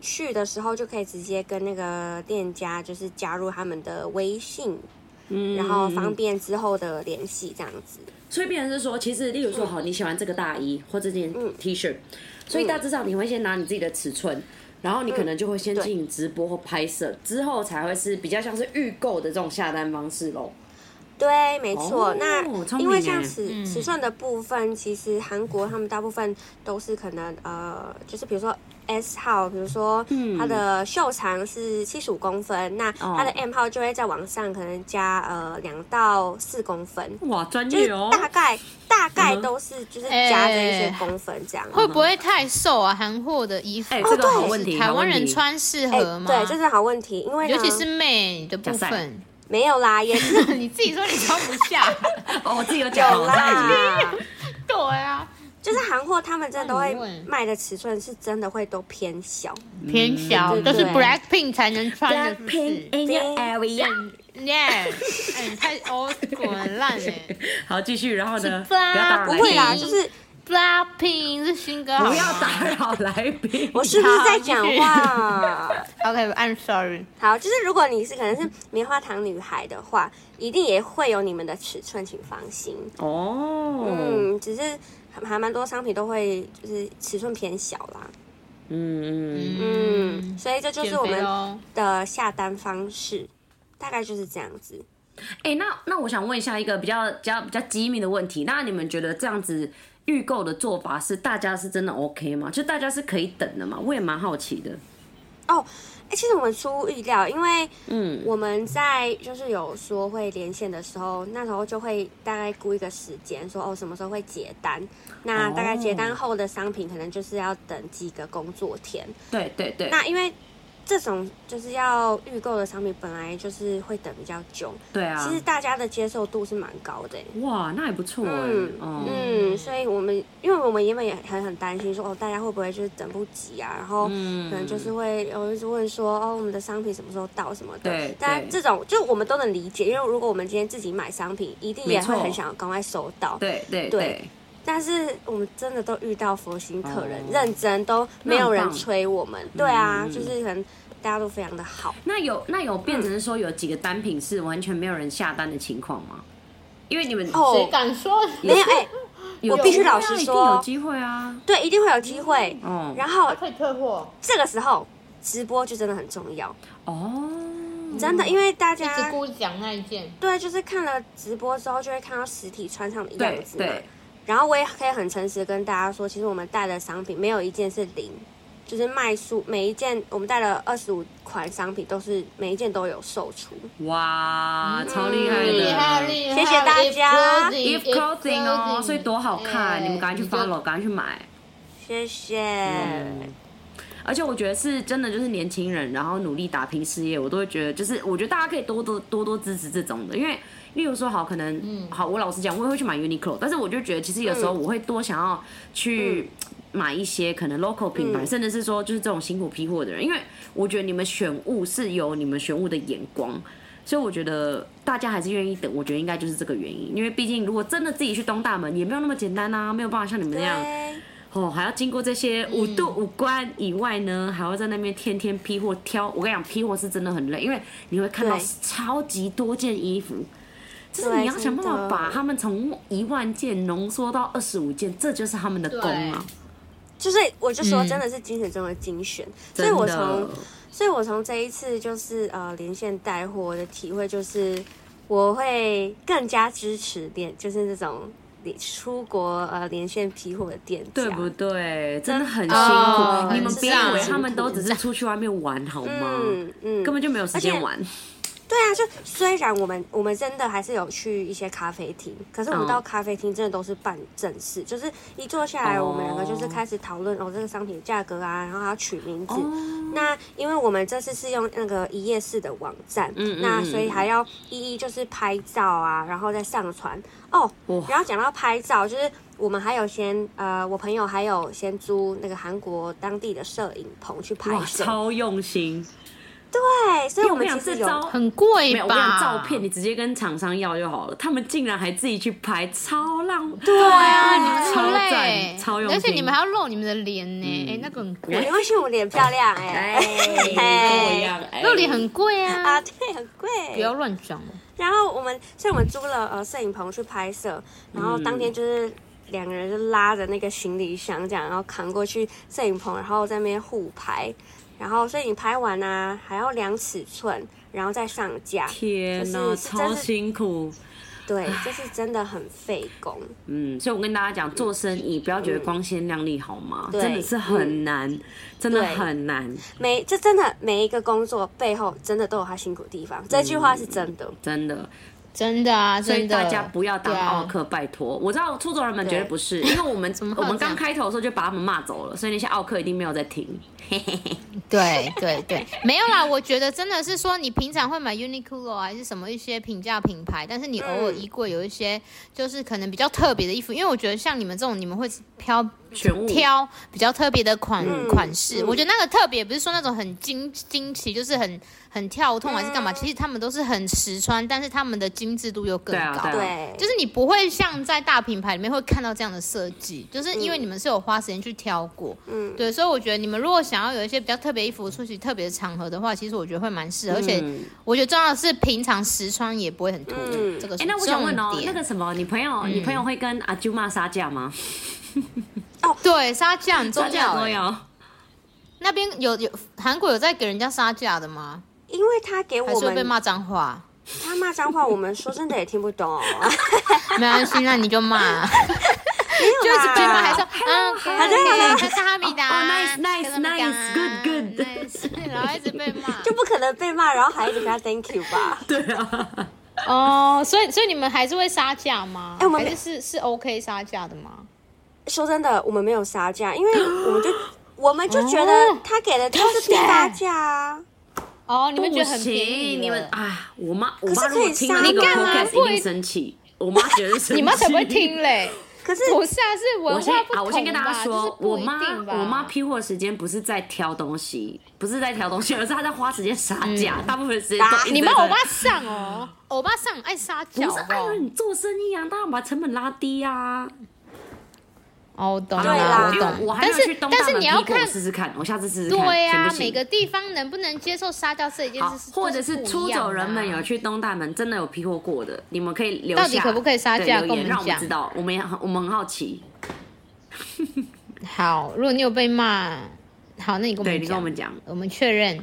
去的时候就可以直接跟那个店家就是加入他们的微信，嗯然后方便之后的联系这样子。所以变成是说，其实例如说，好，你喜欢这个大衣或这件嗯 T 恤，所以大致上你会先拿你自己的尺寸，然后你可能就会先嗯对进行直播或拍摄，之后才会是比较像是预购的这种下单方式喽。对，没错。哦那聪因为明像耶尺嗯尺寸的部分，其实韩国他们大部分都是可能呃，就是比如说 S 号，比如说嗯它的袖长是七十五公分，那它的哦 M 号就会在往上可能加呃两到四公分，哇，专就是业哦！大概大概嗯哼都是就是加这一些公分这样。哎会不会太瘦啊？韩货的衣服，哎或这个者好是问题台好湾问人题穿适哦哎、合吗？对，这是好问题，因为呢尤其是妹的部假赛分，没有啦，也 是 你自己说你穿不下， 哦，我自己有讲，有我上一集啦。对啊，就是韩货，他们真的都那会你问卖的尺寸是真的会都偏小，偏小，嗯就是对 Blackpink 才能 穿的，是不 Blackpink 是 in your area。 ？Yeah，哎，你太 old school 很烂 哎好，继续，然后呢？是不要打扰不来会啦，宾，嗯就是，Blackpink 是新歌好吗，不要打扰来宾。我哦是不是在讲话？ OK，I'm sorry， 好，就是如果你是可能是棉花糖女孩的话，一定也会有你们的尺寸，请放心。哦，嗯，只是还还蛮多商品都会就是尺寸偏小啦。嗯嗯，嗯，嗯，所以这就是减我肥们咯的下单方式，大概就是这样子。哎、那那我想问一下一个比较比较比较机密的问题，那你们觉得这样子预购的做法是大家是真的 OK 吗？就大家是可以等的吗？我也蛮好奇的。哎、其实我们出乎意料，因为嗯，我们在就是有说会连线的时候，那时候就会大概估一个时间，说哦什么时候会结单。那哦大概结单后的商品，可能就是要等几个工作天。对对对，那因为这种就是要预购的商品，本来就是会等比较久。对啊其，实大家的接受度是蛮高的欸、哇，那也不错哎、嗯哦、嗯，所以我们因为我们原本也很很担心说哦，大家会不会就是等不及啊？然后嗯可能就是会有一直问说哦，我们的商品什么时候到什么的。对但对这种就我们都能理解，因为如果我们今天自己买商品，一定也没错会很想赶快收到。对对对但是我们真的都遇到佛心客人，哦认真都没有那人很棒催我们。对啊，嗯就是可能大家都非常的好。那有那有变成说有几个单品是完全没有人下单的情况吗？因为你们哦谁敢说？没有哎、有我必须机会啊老实一定说有机会啊。对，一定会有机会。哦然后可以退货，这个时候直播就真的很重要，哦，真的，因为大一家直故意讲那一件，对，就是看了直播之后，就会看到实体穿上的样对子嘛。对，然后我也可以很诚实地跟大家说，其实我们带的商品没有一件是零，就是卖出每一件，我们带了二十五款商品，都是每一件都有售出。哇，超厉嗯害的，厉害厉害，谢谢大家 If Clothing 哦，所以多好哎看，你们赶快去 follow，了。赶快去买。谢谢。嗯而且我觉得是真的，就是年轻人，然后努力打拼事业，我都会觉得，就是我觉得大家可以多多多多支持这种的，因为例如说好，可能、好，我老实讲，我也会去买 Uniqlo，但是我就觉得其实有时候我会多想要去。买一些可能 local 品牌，嗯甚至是说就是这种辛苦批货的人，因为我觉得你们选物是有你们选物的眼光，所以我觉得大家还是愿意等，我觉得应该就是这个原因，因为毕竟如果真的自己去东大门，也没有那么简单啊，没有办法像你们那样对，哦，还要经过这些五度嗯五关以外呢，还要在那边天天批货挑。我跟你讲，批货是真的很累，因为你会看到对超级多件衣服，就是对你要想办真法的把它们从一万件浓缩到二十五件，这就是他们的功啊， 就是我就说嗯真的是精选中的精选，所以真我的从。所以我从这一次就是呃连线带货的体会就是，我会更加支持连就是这种连出国呃连线批货的店家，嗯对不对？真的很辛苦，哦你们别以为啊很他们都只是出去外面玩好吗？嗯嗯，根本就没有时间而且玩。对啊，就虽然我们我们真的还是有去一些咖啡厅，可是我们嗯到咖啡厅真的都是办正事，就是一坐下来，哦我们两个就是开始讨论哦这个商品的价格啊，然后还要取名字。哦，那因为我们这次是用那个一页式的网站，嗯嗯那嗯所以还要一一就是拍照啊，然后再上传哦。哇然后讲到拍照，就是我们还有先呃，我朋友还有先租那个韩国当地的摄影棚去拍哇，摄，超用心。对，所以因为我我们跟你其讲，实这有 招很贵没有，我跟你吧？讲照片，你直接跟厂商要就好了。他们竟然还自己去拍，超浪漫。对啊，你们超超赞累，超用心嗯而且你们还要露你们的脸呢，哎，那个很没贵，关系，我脸漂亮哎，哎、跟我一样，哎露脸很贵啊啊，，对，很贵。不要乱讲哦。然后我们，所以我们租了呃摄影棚去拍摄，嗯然后当天就是。两个人就拉着那个行李箱这样，然后扛过去摄影棚，然后在那边互拍，然后所以你拍完啊，还要量尺寸，然后再上架。天哪，就是真超是辛苦。对，这是真的很费工。嗯，所以我跟大家讲，做生意不要觉得光鲜亮丽好吗？对真的是很嗯难，真的很难，每这真的每一个工作背后真的都有他辛苦的地方，这句话是真的。真的。真的啊，所以真的，大家不要当对啊奥克，拜托。我知道出走人们绝对不是，因为我 们么会我有们这刚样开头的时候就把他们骂走了，所以那些奥克一定没有在听。对对对，没有啦。我觉得真的是说，你平常会买 Uniqlo 啊还是什么一些平价品牌，但是你偶尔嗯衣柜有一些就是可能比较特别的衣服，因为我觉得像你们这种，你们会挑玄武挑比较特别的款、嗯款式。嗯我觉得那个特别不是说那种很惊惊奇，就是很很跳啊痛还是干嘛，其实他们都是很实穿，但是他们的精致度又更对啊高。对啊对，就是你不会像在大品牌里面会看到这样的设计，就是嗯因为你们是有花时间去挑过，嗯对，所以我觉得你们如果想要有一些比较特别衣服出席特别的场合的话，其实我觉得会蛮适合，而且嗯我觉得重要的是平常实穿也不会很突兀，嗯这个哎、是那我想问哦重，点那个什么，你朋友，你朋友会跟阿舅妈杀价吗？对杀价很重杀价要很重欸，要。那边有有韩国有在给人家杀价的吗？因为他给还我是会被们骂脏话？他骂脏话，我们说真的也听不 懂。没关系，那你就骂，没有就一直啦被骂，还说嗯，好的好的对，就是哈密达哦，nice，nice，跟他们 nice，讲嗯 good，good nice，然 后一直被骂 就。不可能被骂，然后还一直跟他 thank you 吧？对啊，哦，所以所以你们还是会杀价吗？哎我们还是是是 OK 杀价的吗？说真的，我们没有杀价，因为我们就我们就觉得他给的就是低八价啊。哦，你们觉不得很便宜行，了，你们啊，我妈，我可妈是如可果以听了那个杀你干嘛 podcast 不一会定生气，我妈绝对生气。你妈才不会听嘞？可是不是啊，是我文先化不同吧啊，我先跟大家就是说，我不一妈定吧我妈批货时间不是在挑东西，不是在挑东西，而是她在花时间杀价，大部分时间打都嗯你妈一直在欧巴上哦，欧巴上爱杀不价是好不哎好呦，？你做生意啊，当然把成本拉低啊。哦，我懂好了，对啦我因为懂。我还没但有去是东但大是门你批要货看，试试看，我下次试试看，对啊行呀不，行每个地方能不能接受杀价这一件好事，，或者都是是出不一样的啊走人们有去东大门，真的有批货过的，你们可以留下，到底可不可以杀对价留跟我言们让我们讲知道，我们也很我们很好奇。好，如果你有被骂，好，那你跟我对们讲，你跟我们讲，我们确认。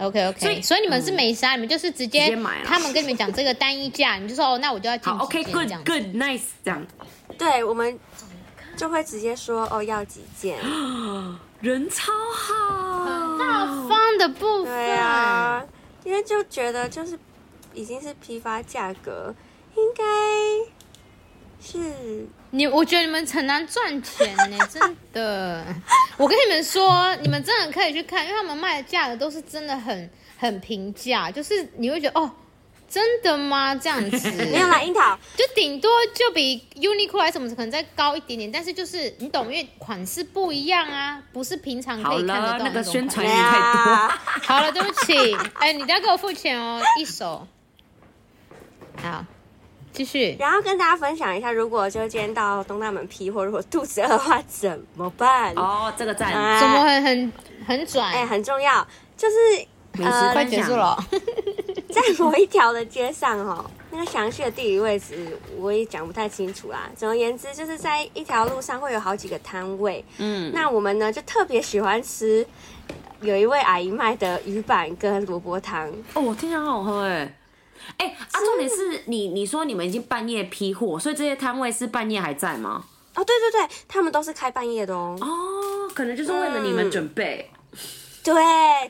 OK OK，所所以嗯以你们是没杀，你们就是直接直接买了他们跟你们讲这个单一价，你就说哦，那我就要进好，OK good good nice 这样，对我们就会直接说哦要几件，人超好，大方的部分。对啊，因为就觉得就是已经是批发价格，应该是你我觉得你们很难赚钱呢、真的。我跟你们说，你们真的可以去看，因为他们卖的价格都是真的很很平价，就是你会觉得哦，真的吗？这样子没有啦，樱桃，就顶多就比 Uniqlo 还是什么可能再高一点点，但是就是你懂，因为款式不一样啊，不是平常可好以看得了，到那的个种宣款式啊传也太多，好了，对不起，哎、你等一下给我付钱哦，一手。好，继续。然后跟大家分享一下，如果就是今天到东大门批货，如果肚子饿的话怎么办？哦，这个赞，哎怎么很很很拽？哎、很重要，就是美食呃快结束了，在某一条的街上哦，那个详细的地理位置我也讲不太清楚啦。总而言之，就是在一条路上会有好几个摊位，嗯，那我们呢就特别喜欢吃有一位阿姨卖的鱼板跟萝卜汤。哦，我听起来很好喝哎。哎、啊，重点是你你说你们已经半夜批货，所以这些摊位是半夜还在吗？哦，对对对，他们都是开半夜的哦。哦，可能就是为了你们准备。对，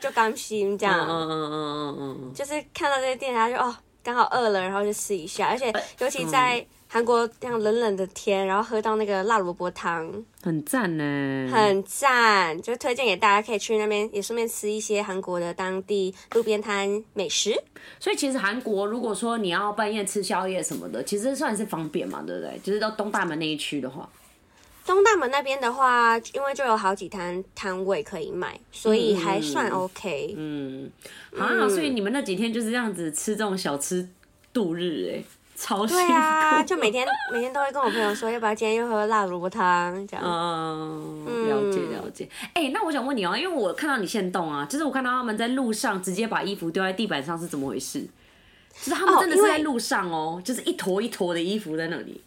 就刚新这嗯样，嗯嗯嗯嗯嗯嗯。就是看到这些店，然后就哦，刚好饿了，然后就试一下。而呃且尤嗯其在韩国这样冷冷的天，然后喝到那个辣萝卜汤，很赞呢，很赞，就推荐给大家可以去那边，也顺便吃一些韩国的当地路边摊美食。所以其实韩国如果说你要半夜吃宵夜什么的，其实算是方便嘛，对不对？就是到东大门那一区的话，东大门那边的话，因为就有好几摊摊位可以买，所以还算 OK。嗯，啊，所以你们那几天就是这样子吃这种小吃度日、哎，超辛对苦。 啊，就每天每天都会跟我朋友说，要不要今天又喝辣萝卜汤这样。嗯，了解了解。哎、那我想问你哦、因为我看到你现动啊，就是我看到他们在路上直接把衣服丢在地板上是怎么回事？就是他们哦真的是因为在路上哦、就是一坨一坨的衣服在那里，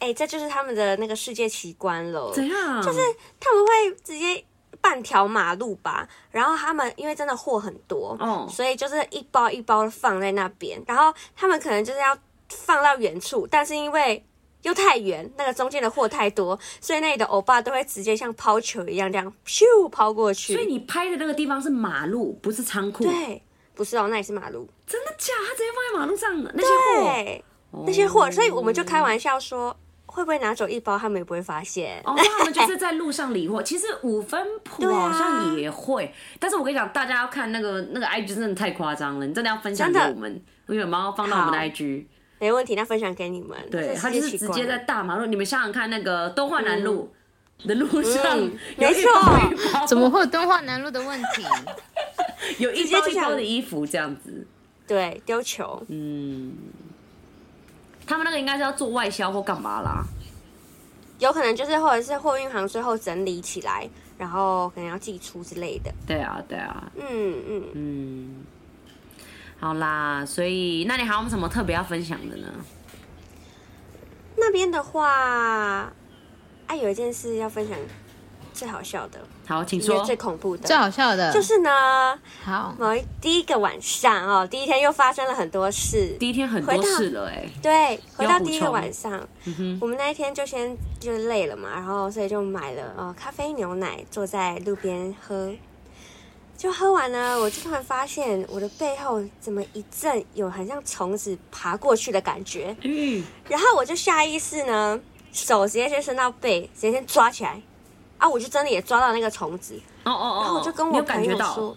哎、这就是他们的那个世界奇观喽。怎样？就是他们会直接半条马路吧，然后他们因为真的货很多，哦所以就是一包一包的放在那边，然后他们可能就是要放到远处，但是因为。又太远，那个中间的货太多，所以那里的欧巴都会直接像抛球一样这样咻抛过去。所以你拍的那个地方是马路，不是仓库。对，不是哦，那也是马路。真的假？他直接放在马路上那些对，货，那些货，所以我们就开玩笑说，会不会拿走一包，他们也不会发现。哦，那他们就是在路上 理货。其实五分谱对啊好像也会，但是我跟你讲，大家要看那个那个 IG 真的太夸张了，你真的要分享给真的我们，因为我们要放到我们的 IG。没问题，那分享给你们。对，这他世就界是奇直观接在大马路，你们想想看，那个东华南路的路上，嗯有一包一包， 怎么会有敦化南路的问题？有一直接包就一包像的衣服这样子？对丢球。嗯，他们那个应该是要做外销或干嘛啦？有可能就是或者是货运行最后整理起来，然后可能要寄出之类的。对啊，对啊，嗯嗯，嗯，好啦，所以那你还有什么特别要分享的呢？那边的话，啊，有一件事要分享，最好笑的，好，请也说。最恐怖最的。好笑的就是呢，好，某一第一个晚上哦，第一天又发生了很多事。第一天很多回到事了、欸，对，回要到补第一个充嗯晚上，我们那一天就先就累了嘛，然后所以就买了呃咖啡牛奶，坐在路边喝。就喝完呢，我就突然发现我的背后怎么一阵有很像虫子爬过去的感觉，嗯，然后我就下意识呢，手直接先伸到背，直接先抓起来，啊，我就真的也抓到那个虫子，哦哦哦，然后我就跟你我有感朋友觉到，说，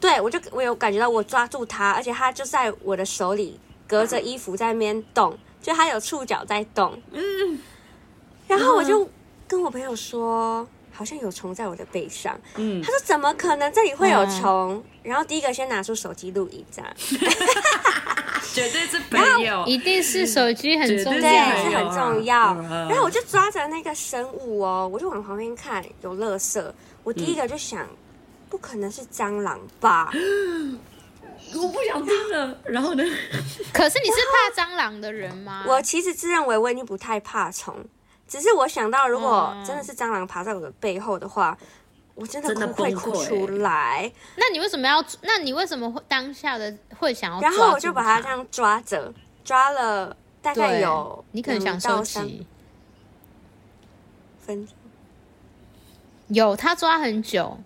对我就我有感觉到我抓住它，而且它就在我的手里，隔着衣服在那边动，就它有触角在动。嗯，然后我嗯就跟我朋友说，好像有虫在我的背上。嗯他，说怎么可能这里会有嗯虫？然后第一个先拿出手机录影，这样绝对是朋 友，一定是手机很重绝对还要有是。很啊重要。嗯然后我就抓着那个生物哦，我就往旁边看，有垃圾。我嗯第一个就想，不可能是蟑螂吧？我不想听了。然后呢？可是你是怕蟑螂的人啊吗？我其实自认为我已经不太怕虫，只是我想到如果真的是蟑螂爬在我的背后的话，我真的真的哭会崩哭溃出来。那你为什么要？那你为什么会当下的会哦想要抓然住？后我就把它这样抓着，抓了大概对有你可能想两到收三集。分钟。有，他抓很久，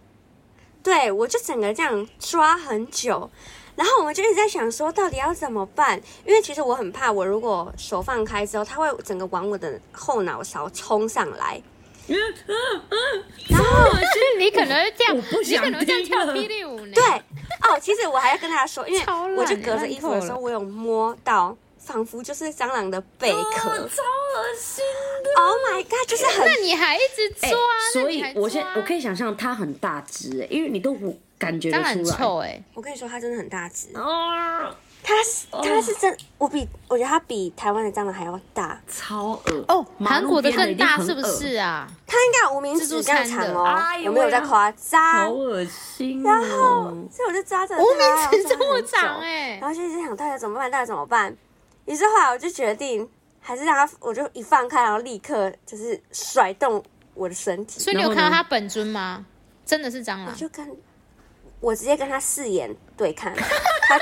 对，我就整个这样抓很久，然后我们就一直在想说，到底要怎么办？因为其实我很怕，我如果手放开之后，它会整个往我的后脑勺冲上来。 哦你可能会跳，我不你想可能会这样听跳了霹雳舞呢。对，哦，其实我还要跟大家说，因为超懒我就隔着衣服的时烂透了候，我有摸到，仿佛就是蟑螂的贝壳。哦超恶心的。 oh my god，就是很那你还一直抓，那哎所你以还啊我现抓我可以想象它很大只、欸，因为你都感觉得蟑螂很出来。臭哎、我跟你说，它真的很大只，啊，它是它是真，我比我觉得它比台湾的蟑螂还要大，超恶哦，马韩路国的边的更一定大很是不恶是啊？它应该有无名自助指这样餐长的哦，哎呦我没有在喂夸好张，恶心然后哦！所以我就抓着它，无名指我抓这啊么长很久哎、然后就一直想到底怎么办，到底怎么办？于是后来我就决定，还是让它，我就一放开，然后立刻就是甩动我的身体，所以你有然看后呢到他本尊吗？真的是嗯蟑我螂，就跟我直接跟它四眼对看，它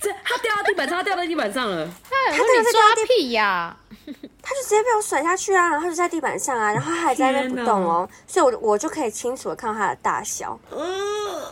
这它掉到地板上，它掉到地板上了。哎，我说真的你是抓抓地屁呀、它就直接被我甩下去啊，然后它就在地板上啊，然后它还在那边不动哦，所以我我就可以清楚的看到它的大小，呃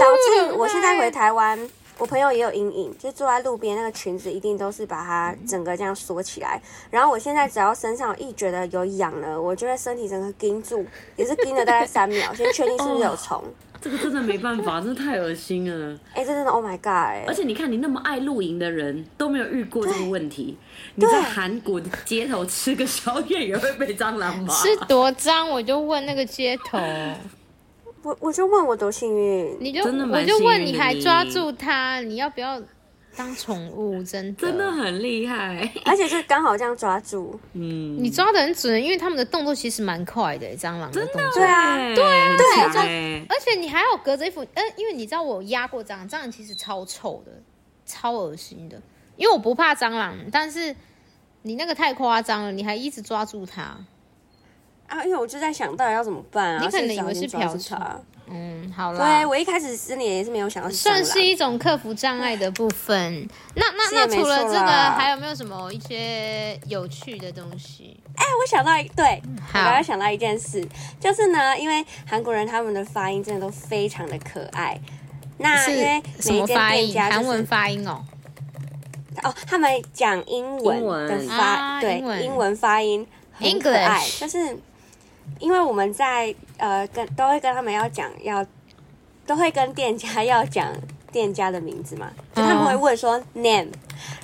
导致我现在回台湾。我朋友也有阴影，就坐在路边那个裙子，一定都是把它整个这样缩起来。然后我现在只要身上一觉得有痒了，我就会身体整个盯住，也是盯了大概三秒，先确定是不是有哦虫。这个真的没办 法，真的太恶心了。哎、这真的 Oh my God！哎、而且你看，你那么爱露营的人都没有遇过这个问题。你在韩国的街头吃个宵夜也会被蟑螂吧？是多脏？我就问那个街 头，我我就问我多幸运，你就真的我蛮就问幸运的你你还抓住它，你要不要当宠物？真的，真的很厉害。而且就刚好这样抓住，嗯，你抓的很准，因为他们的动作其实蛮快的，蟑螂的动作。对啊对啊，对对，而且你还有隔着衣服，呃，因为你知道我有压过蟑螂，蟑螂其实超臭的，超恶心的。因为我不怕蟑螂，但是你那个太夸张了，你还一直抓住它。啊，因为我就在想到底要怎么办啊，你可能以为是是抓住瓢它。嗯，好啦对，，啊我一开始失联也是没有想到蟑算螂，是一种克服障碍的部分。那那是也那没除了这错个，啦还有没有什么一些有趣的东西？哎、我想到一对，我好刚刚想到一件事，就是呢，因为韩国人他们的发音真的都非常的可爱。那因为什每么一间发店音？家韩就文是发音哦。哦，他们讲英英文文的发啊对英文英文发音很可爱 English 就是因为我们在呃跟都会跟他们要讲要都会跟店家要讲店家的名字嘛，嗯就他们会问说 name，、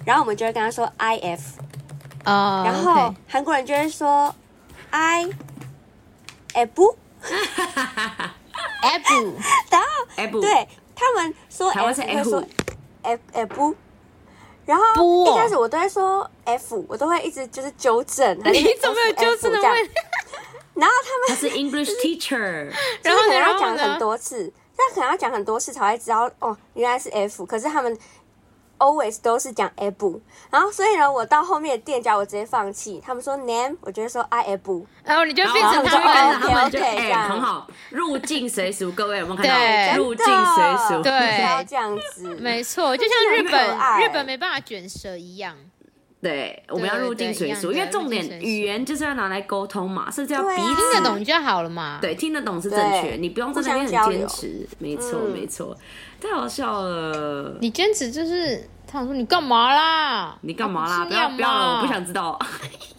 然后我们就会跟他说 I F，哦，然后韩国人就会说 I，哎不， a b u 然后哎不，对他们说台湾是 F 会 F 说 F F 不，然后不哦一开始我都会说 F，我都会一直就是纠正。还是你怎么有 F 纠正的 F 这样问？然后他他 是 English teacher，们 就是可能然要后讲呢很多次，但可能要讲很多次才会知道哦，原来是 F。可是他们 always 都是讲 F，然后所以呢，我到后面的店家我直接放弃，他们说 name，我就会说 I F。然后你就哦然后变我成们他就会跟着跟他们着他们。哦就，OK，哎这样很好，入境随俗，各位有没有看对到？入境随俗，真的对要这样子，没错，就像日真的很可本，爱日本没办法卷舌一样。对，我们要入境随俗，对因对对为重一样点的入境随俗语言就是要拿来沟通嘛，甚至要对啊彼听此听得懂就好了嘛。，对，听得懂是正确，对你不用在那边很坚持，没错嗯没错，太好笑了。你坚持就是，他想说你干嘛啦？你干嘛啊啦？不要这样嘛不要了，我不想知道。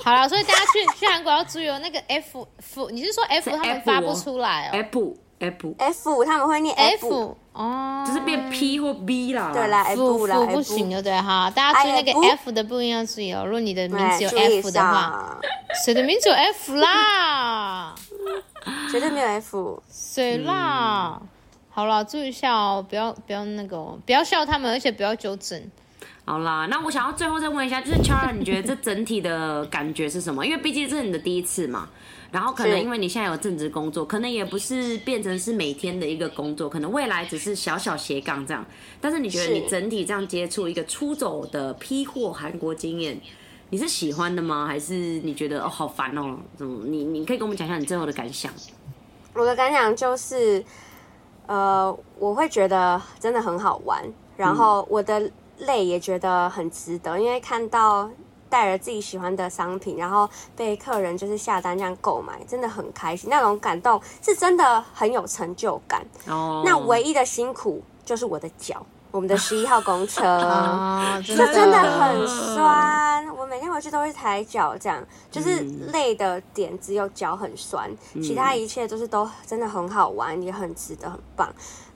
好啦，所以大家去去韩国要注意哦，那个 F F，你是说 F 是他们 F 发哦不出来哦 F F F 他们会念 F， ？F 哦，就是变 P 或 B 啦。对啦 F ，F 啦，F 不，F 行就对哈，大家注意那个哎 F 的不一定要注意哦。如果你的名字对，有哎注意 F 一的话，下，谁的名字 有 F 啦？绝对没 有 F，谁啦？嗯好啦，注意一下哦，不要不要那个哦，不要笑他们，而且不要纠正。好啦，那我想要最后再问一下，就是 Chara，你觉得这整体的感觉是什么？因为毕竟这是你的第一次嘛，然后可能是因为你现在有正职工作，可能也不是变成是每天的一个工作，可能未来只是小小斜杠这样。但是你觉得是你整体这样接触一个出走的批货韩国经验，你是喜欢的吗？还是你觉得哦好烦哦？怎么你你可以跟我们讲一下你最后的感想？我的感想就是，呃，我会觉得真的很好玩，然后我的累也觉得很值得，因为看到带着自己喜欢的商品，然后被客人就是下单这样购买，真的很开心，那种感动是真的很有成就感。哦，那唯一的辛苦就是我的脚，我们的十一号公嗯 车。哦，真这的真的 很酸，我每天回去都会踩脚，这样就是嗯累的点只有脚很酸，其他一切就是都真的很好玩，也很值得，很棒。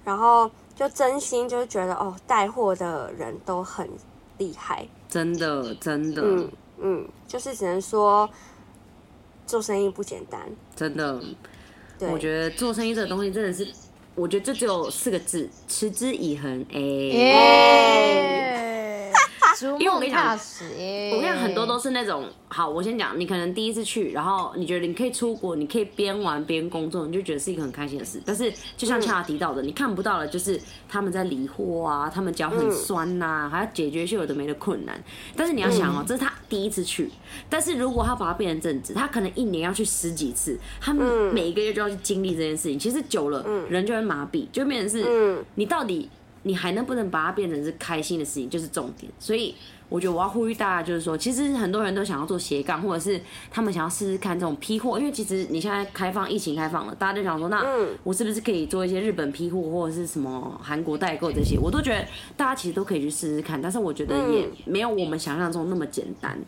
然后就真心就是觉得哦，带货的人都很厉害，真的真的、嗯嗯，就是只能说做生意不简单，真的，对，我觉得做生意这个东西真的是，我觉得这只有四个字：持之以恒。哎、耶。逐 因为我跟梦你讲踏实。我跟我你讲，很多都是那种好，我先讲，你可能第一次去，然后你觉得你可以出国，你可以边玩边工作，你就觉得是一个很开心的事。但是就嗯像恰恰提到的，你看不到的就是他们在理货啊，他们脚嗯很酸呐、还要解决一些有的没的困难。但是你要嗯想哦，这是他第一次去，但是如果他把它变成正职，他可能一年要去十几次，他们嗯每一个月就要去经历这件事情。其实久了，人就会麻痹，就变成是嗯你到底你还能不能把它变成是开心的事情，就是重点。所以我觉得我要呼吁大家，就是说，其实很多人都想要做斜杠，或者是他们想要试试看这种批货，因为其实你现在开放疫情开放了，大家就想说，那嗯我是不是可以做一些日本批货或者是什么韩国代购这些？我都觉得大家其实都可以去试试看，但是我觉得也没有我们想象中那么简单。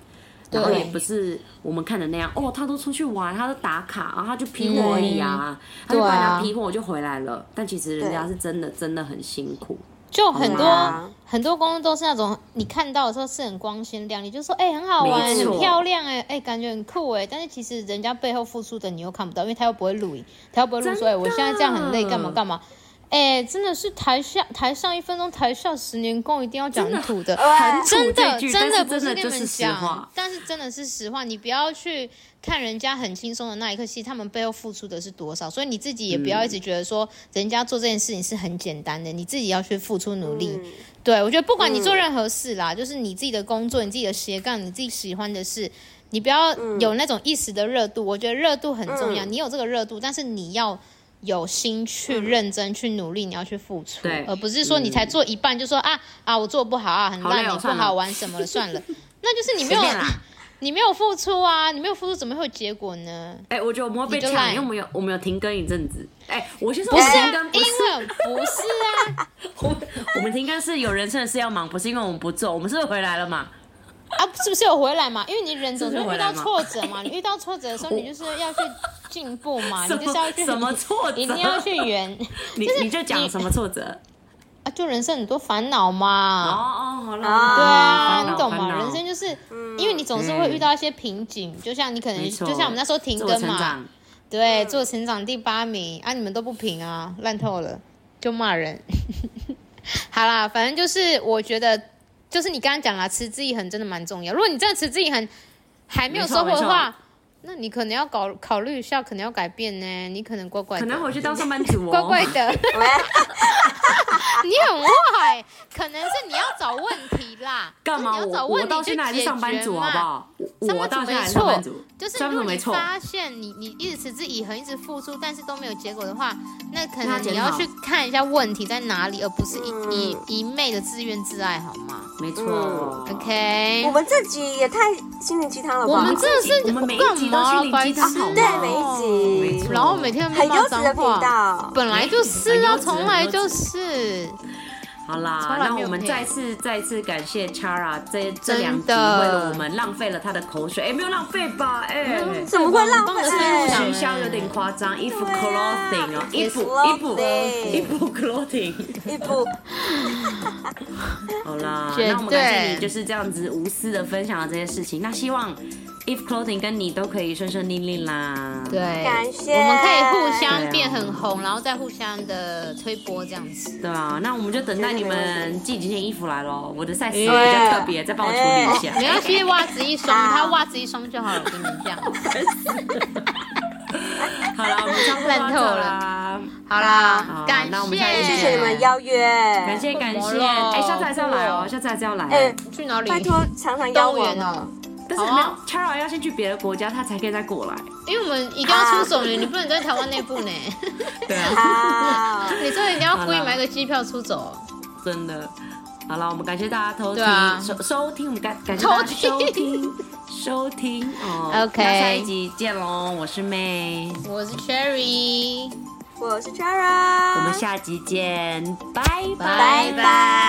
然后对也不是我们看的那样哦，他都出去玩，他都打卡，然后他就批货而已啊，他就帮人对家啊批货就回来了。但其实人家对是真的真的很辛苦，就很对嗯啊多很多工作都是那种你看到的时候是很光鲜亮丽，就说哎、很好玩，没错很漂亮哎、哎、感觉很酷哎、但是其实人家背后付出的你又看不到，因为他又不会录影，他又不会录说真哎、的我现在这样很累干嘛干嘛。哎、真的是台下台上一分钟，台下十年功，一定要讲土的，很土真哦这的句，真但是不真是的跟你就是们实讲话，。但是真的是实话，你不要去看人家很轻松的那一刻，其实他们背后付出的是多少，所以你自己也不嗯要一直觉得说人家做这件事情是很简单的，你自己要去付出努嗯嗯力。对我觉得不管你做任何事啦，就是你自己的工作、你自己的斜杠、你自己喜欢的事。你不要嗯有那种一时的热度，我觉得热度很重要。嗯你有这个热度，但是你要有心去认真、去努力，你要去付出嗯对，嗯而不是说你才做一半就说啊啊，我做不好啊，很好烂，累哦你不算了好玩什么了，算 了。那就是你没有随便啦，你没有付出啊，你没有付出怎么会有结果呢？哎、我觉得我们会被你就呛，赖因为我们有我们有停更一阵子。哎、我先说不我是们停啊更，，不因是为不是啊 我们我们停更是有人生的事要忙，不是因为我们不做，我们是回来了嘛。啊，是不是有回来嘛？因为你人总是是不是会回遇来到嘛挫折嘛，你遇到挫折的时候，你就是要去进步嘛，啊你什就是要么去什么挫折？一定要去圆你你就讲什么挫折？啊！就人生很多烦恼哦嘛，哦，好了，啊对啊，你烦恼懂烦吗？恼嗯人生就是，因为你总是会遇到一些瓶颈，就像你可能，没就错像我们那时候停自我更成嘛长，。嗯对，做成长第八名啊，你们都不评啊，烂透了，就骂人。 好啦，反正就是我觉得，就是你刚刚讲啦，持之以恒真的蛮重要。如果你真的持之以恒还没有没错收获没的错话，那你可能要考考虑一下，可能要改变呢。你可能乖乖可的，能回去当上班族哦。 乖乖的，你很坏，可能是你要找问题啦。干嘛？就是你要我找问我题到现在还是上班族，好不好？我我到上现在班还是上班族没错族，，就是上班如族果没你错。发现你你一直持之以恒，一直付出，但是都没有结果的话，那可那能检你要讨去看一下问题在哪里，而不是一、嗯一一昧的自怨自艾，好吗没错、嗯？OK，我们这集也太心灵鸡汤了吧？我们真的是我们每一集都心灵鸡汤好吗？对每一集没错哦然后每天很被优骂质的脏频话，道。本来就是啊，很优质从来就是。好啦从，来那没有我们骗再次再次感谢 Chara 这这真两集为的了我们浪费了他的口水，哎、没有浪费吧？哎、怎么会浪很棒嗯费的分享取消有点夸张，衣服对啊 clothing 哦，衣服 It's 衣服 lovely 衣服 clothing。 一部好啦，绝对那我们感谢你就是这样子无私的分享了这些事情。那希望 If Clothing 跟你都可以顺顺利利啦。对，感谢我们可以互相对啊变很红，然后再互相的推波这样 子。对啊，那我们就等待你们寄几件衣服来咯。我的 size 比哎较特别，再帮我处理一下。没关系，袜子一双，好他袜子一双就好了，我跟你讲。好啦，我们差不多到 烂这透了啦。好啦好，感那我们下一谢集谢你们邀约，感谢感怎么谢，了哎、下次还是要来哦，下次还是要来。哎，去哪里？拜托常常邀动物我园哦呢。，但是好没有啊 c h a r a 要先去别的国家，他才可以再过来。因为我们一定要出走呢，你不能在台湾内 部呢。对啊，好，你真的一定要好啦故意买个机票出走，真的。好了，我们感谢大家偷听、对啊收收听，我们感感谢大家收偷听听收听哦。 OK 那下一集见喽，我是妹，我是 Cherry。我是 Chara，我们下集见，拜拜拜拜。